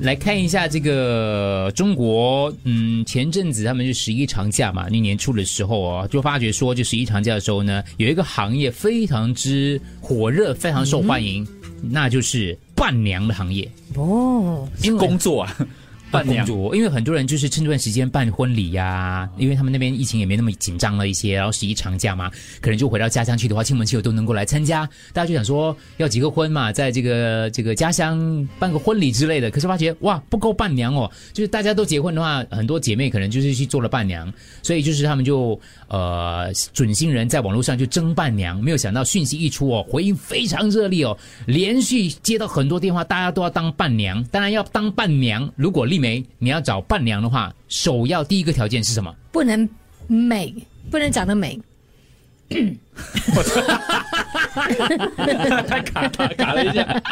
来看一下这个中国，嗯，前阵子他们是十一长假嘛，那年初的时候哦，就发觉说，就十一长假的时候呢，有一个行业非常之火热，非常受欢嗯迎，那就是伴娘的行业。哦，因为工作啊，伴娘工作，因为很多人就是趁这段时间办婚礼呀、因为他们那边疫情也没那么紧张了一些，然后十一长假嘛，可能就回到家乡去的话，亲朋戚友都能够来参加，大家就想说要结个婚嘛，在这个这个家乡办个婚礼之类的，可是发觉哇不够伴娘哦，就是大家都结婚的话，很多姐妹可能就是去做了伴娘，所以就是他们就呃准新人在网络上就争伴娘，没有想到讯息一出哦，回应非常热烈哦，连续接到很多电话，大家都要当伴娘。当然要当伴娘，如果丽梅你要找伴娘的话，首要第一个条件是什么？不能美，不能长得美，他卡卡卡了一下，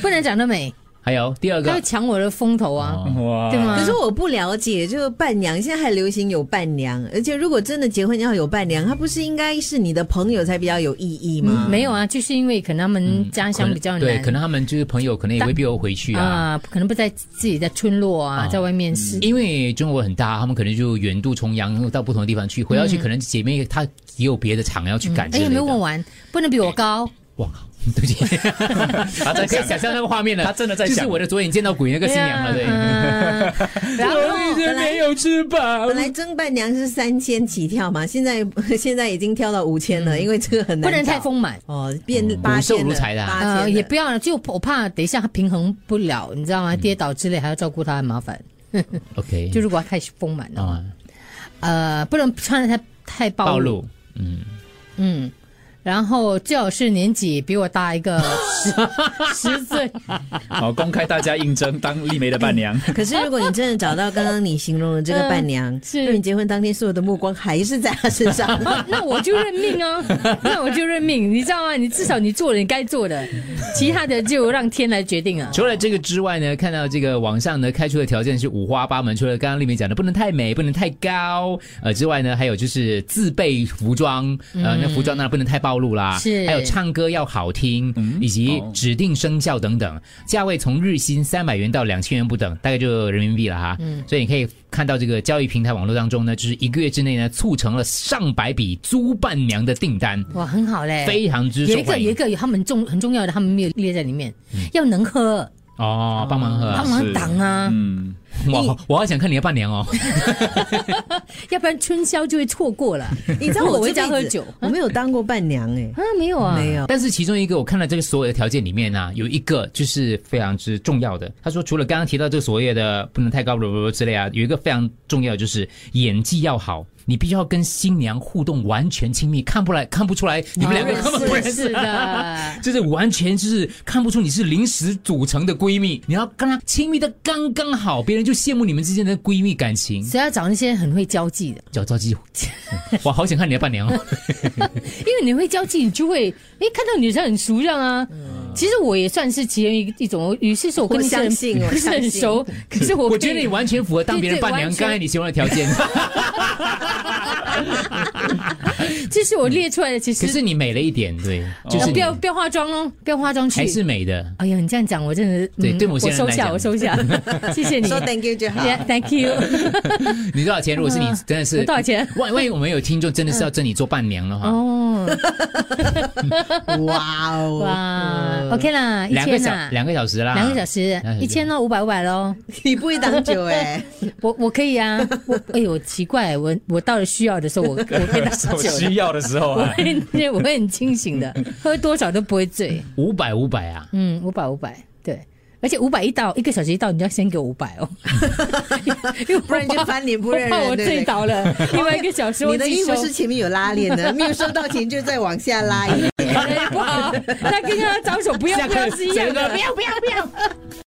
不能长得美，还有第二他个哦会抢我的风头啊， 哇对吗？可是我不了解，就伴娘现在还流行有伴娘，而且如果真的结婚要有伴娘，她不是应该是你的朋友才比较有意义吗？没有啊，就是因为可能他们家乡比较嗯可能难，嗯对，可能他们就是朋友，可能也未必要回去啊。啊，可能不在自己的村落啊，啊在外面是。因为中国很大，他们可能就远渡重洋，然后到不同的地方去。回到去，可能姐妹她也有别的厂要去赶之嗯哎，类有的。没有问完？不能比我 高，哇，对不起， 他在可以想想象那个画面了。他真的在就是想我的左眼见到鬼那个新娘了，对。啊然 后真没有翅膀本来争伴娘是三千起跳嘛，现在 现在已经跳到五千了，因为这个很难不找，能太丰 满。哦，变八千骨瘦如柴的啊八千呃，了也 不要了，就我怕等一下他平衡不了，你知道嗯吗？跌倒之类还要照顾他，很麻烦。 OK，就如果他太丰满了，嗯啊，呃，不能穿的太太暴暴露，露，嗯，嗯，然后最好是年纪比我大一个 十十岁，好公开大家应征当丽梅的伴娘，可是如果你真的找到刚刚你形容的这个伴娘，是那你结婚当天所有的目光还是在她身上。 啊那我就认 命啊，那我就认命，你知道吗？你至少你做了你该做的，其他的就让天来决定啊。除了这个之外呢，看到这个网上呢开出的条件是五花八门，除了刚刚丽梅讲的不能太美、不能太高呃之外呢，还有就是自备服装，呃，那服装当然不能太暴露啦，嗯是嗯还有唱歌要好听，以及哦指定生肖等等，价位从日薪三百元到两千元不等，大概就人民币了哈。嗯所以你可以看到这个交易平台网络当中呢，就是一个月之内呢，促成了上百笔租伴娘的订单，哇，很好嘞，非常之嗯有受一个欢有一迎个有他们重很重要的，他们没有列在里面，要能喝，哦，帮忙喝啊帮。忙挡啊，嗯，我我好想看你的伴娘哦。要不然春宵就会错过 了。你知道我我回这家辈喝子酒我没有当过伴娘哎、 啊，没有啊，没有。但是其中一个我看了这个所有的条件里面呢、有一个就是非常之重要的。他说，除了刚刚提到这个所谓的不能太高，不不之类啊，有一个非常重要的就是演技要好，你必须要跟新娘互动完全亲密，看不来看不出来你们两个根本不认识。啊是 的，就是完全就是看不出你是临时组成的闺蜜，你要跟她亲密的刚刚好，别人就羡慕你们之间的闺蜜感情。所以要找那些很会交际的，找赵 姬，我好想看你的伴娘哦。因为你会交际，你就会诶看到女生很熟样啊。嗯其实我也算是其中一一种，有些时候我跟那些我相信人我不是很相信 熟，可是 我我觉得你完全符合当别人伴娘对对完全刚才你形容的条件。这是我列出来的，其嗯可实是你美了一点，对，就是啊你不要不要化妆喽，不要化妆去还。是美的。哎呀，你这样讲我真的嗯对对某些我人收来下讲我收下， 谢谢你。说 thank you 就好。 Yeah, Thank you。嗯你多少钱？如果是你真的是多少钱？嗯万万一我们有听众真的是要真你做伴娘的话，哦， 哇哦！哇，OK 啦，一两个千小啦，两个小时啦，两个小时两个小，时一千到五百五百喽。你不会挡酒哎、我我可以啊，我哎呦奇怪，我我到了需要的时候，我我会打我酒需要的时候 我啊，会我会很清醒 的，喝多少都不会醉。五百五百啊，嗯，五百五百，对，而且五百一到一个小时一到，你就要先给我五百 哦，因为不然就翻脸不认人我怕我对不对醉倒了， 另外一个小时我你的自己衣服收是前面有拉链的，没有收到钱就再往下拉一点。 哎不好，那跟他招手不要下不课要是一样整个的，不要不要不要。